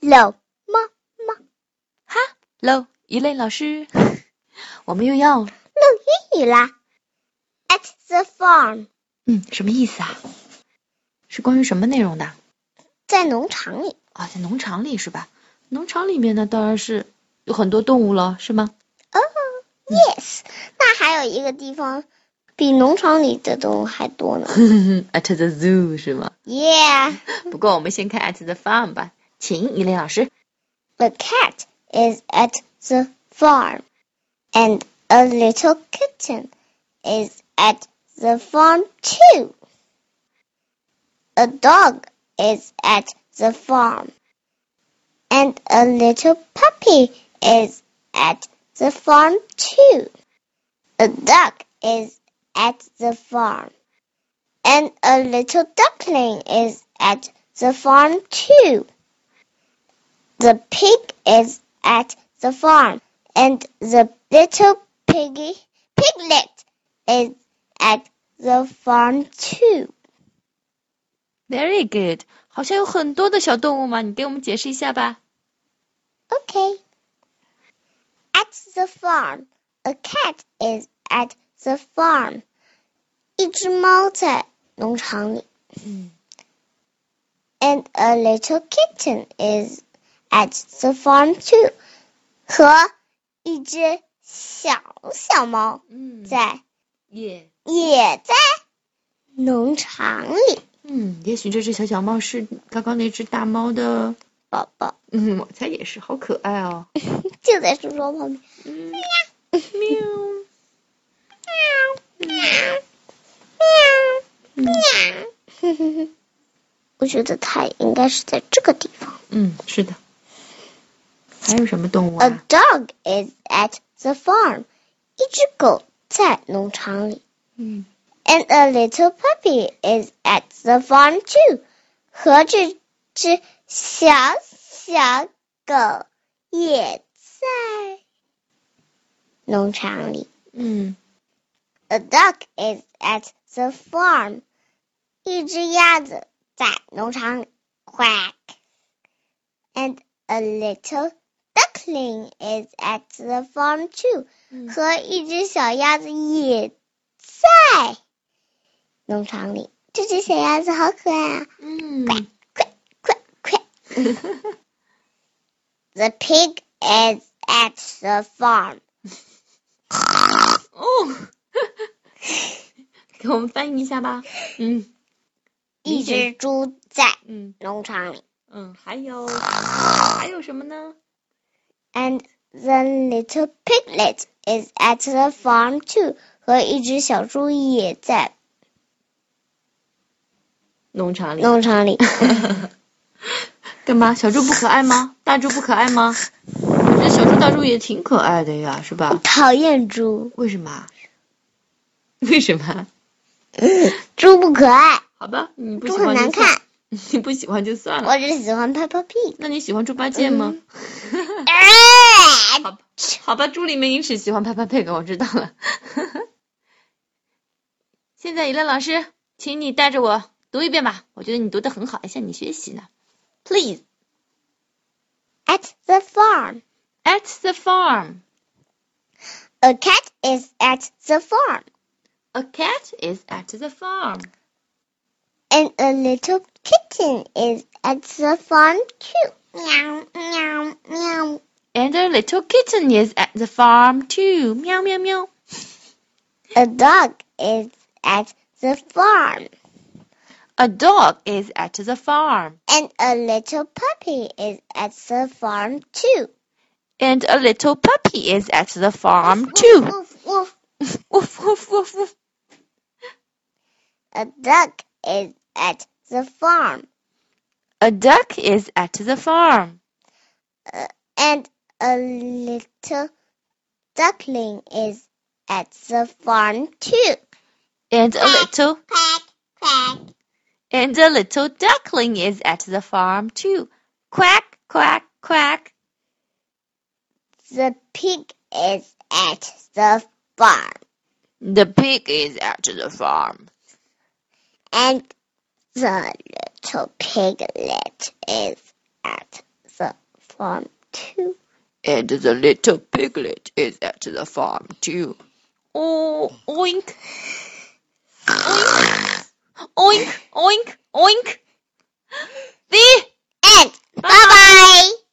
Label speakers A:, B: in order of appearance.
A: 漏妈妈，
B: 哈喽，一类老师， 我们又要
A: 英语啦。At the farm，
B: 嗯什么意思啊？是关于什么内容的？
A: 在农场里。
B: 啊，在农场里是吧？农场里面呢，当然是有很多动物了，是吗？
A: Yes，那还有一个地方比农场里的动物还多呢。
B: at the zoo 是吗？
A: Yeah，
B: 不过我们先看 at the farm 吧，请一类老师。
A: the cat is at the farm, and a little kitten is at the farm too. A dog is at the farm, and a little puppy is at the farm too. A duck is at the farm, and a little duckling is at the farm too. The pig is at the farm, and the little piggy piglet is at the farm too.
B: Very good，好像有很多的小动物嘛，你给我们解释一下吧。
A: Okay. At the farm, a cat is at the farm. 一只猫在农场里。And a little kitten is at the farm too. 和一只小小猫
B: 嗯，
A: 在
B: 耶，
A: 也在农场里。
B: 嗯，也许这只小小猫是刚刚那只大猫的，
A: 宝宝
B: 嗯，我猜也是，好可爱哦。
A: 就在书桌旁边。
B: 嗯，喵。
A: 我觉得它应该是在这个地方。
B: 嗯，是的。还有什么动物
A: A
B: 啊？
A: dog is at the farm. 一只狗在农场里。
B: 嗯
A: And a little puppy is at the farm too. 和这只小小狗也在农场里。
B: 嗯
A: A duck is at the farm. 一只鸭子在农场里 quack. And a little duckling is at the farm too.
B: 嗯
A: 和一只小鸭子也在农场里。这只小鸭子好可爱啊！
B: 嗯
A: 快快！The pig is at the farm.
B: 哦， 给我们翻译一下吧。嗯
A: 一
B: 理解
A: 只猪在
B: 嗯
A: 农场里。
B: 嗯，还有还有什么呢？
A: And the little piglet is at the farm too. 和一只小猪也在
B: 农场 里
A: 农场里。
B: 干嘛？小猪不可爱吗？大猪不可爱吗？我觉得小猪、大猪也挺可爱的呀，是吧？
A: 讨厌猪，
B: 为什么？啊为什么？
A: 猪不可爱，
B: 好吧，你不
A: 猪
B: 喜
A: 很
B: 欢
A: 难
B: 就算，
A: 看。
B: 你不喜欢就算了。
A: 我只喜欢 Peppa Pig。
B: 那你喜欢猪八戒吗？
A: 哎
B: 好吧，好吧，朱丽梅因此喜欢拍拍配个，我知道了。 现在，一乐老师，请你带着我读一遍吧，我觉得你读的很好，还向你学习呢。Please,
A: At the farm,
B: at the farm,
A: a cat is at the farm,
B: a cat is at the farm,
A: and a little kitten is at the farm too. Meow, meow, meow.
B: and a little kitten is at the farm too. 喵喵喵。
A: A dog is at the farm,
B: A dog is at the farm,
A: and a little puppy is at the farm too.
B: and a little puppy is at the farm too.
A: Woof, woof.
B: Woof woof woof woof.
A: A duck is at the farm,
B: A duck is at the farm,
A: and a little duckling is at the farm too.
B: and a little
A: Quack, quack.
B: And the little duckling is at the farm too. Quack, quack, quack.
A: The pig is at the farm,
B: The pig is at the farm,
A: and the little piglet is at the farm too.
B: And the little piglet is at the farm too. Oh, oink. Oink, oink, oink, oink. The
A: And bye bye.